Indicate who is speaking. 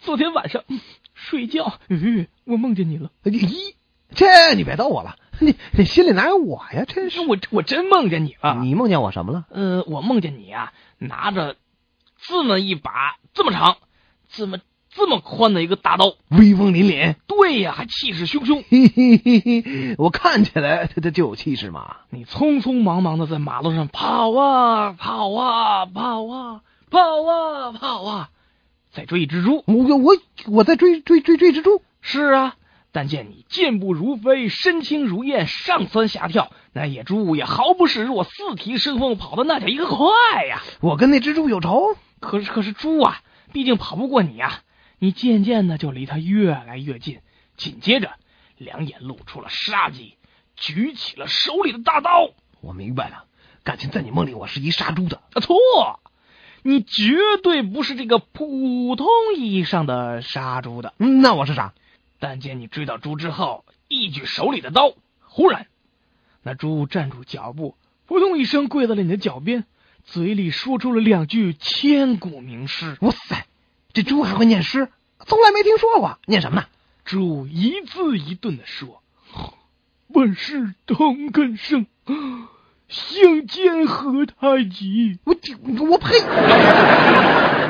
Speaker 1: 昨天晚上睡觉，嗯，我梦见你了。
Speaker 2: 哎你咦，这你别逗我了，你你心里哪有我呀？真是
Speaker 1: 那我我真梦见你了。
Speaker 2: 你梦见我什么了？
Speaker 1: 呃，我梦见你啊，拿着这么一把这么长、这么这么宽的一个大刀，
Speaker 2: 威风凛凛，
Speaker 1: 对呀、还气势汹汹。
Speaker 2: 嘿嘿嘿嘿，我看起来他他就有气势嘛。
Speaker 1: 你匆匆忙忙的在马路上跑啊跑啊跑啊跑啊跑啊，在追蜘蛛。
Speaker 2: 我我我在追追追追蜘蛛，
Speaker 1: 是啊，但见你健步如飞，身轻如燕，上蹿下跳，那野猪也毫不示弱，四蹄生风，跑的那叫一个快呀、
Speaker 2: 我跟那蜘蛛有仇。
Speaker 1: 可是可是猪啊，毕竟跑不过你啊，你渐渐的就离它越来越近，紧接着两眼露出了杀机，举起了手里的大刀。
Speaker 2: 我明白了，感情在你梦里我是一杀猪的。
Speaker 1: 啊，错，你绝对不是这个普通意义上的杀猪的。
Speaker 2: 嗯，那我是啥？
Speaker 1: 但见你追到猪之后，一举手里的刀，忽然，那猪站住脚步，扑通一声跪在了你的脚边，嘴里说出了两句千古名诗。
Speaker 2: 哇塞，这猪还会念诗，从来没听说过。念什么呢？
Speaker 1: 猪一字一顿的说：“万事同根生，相煎何太急。”
Speaker 2: 我我呸！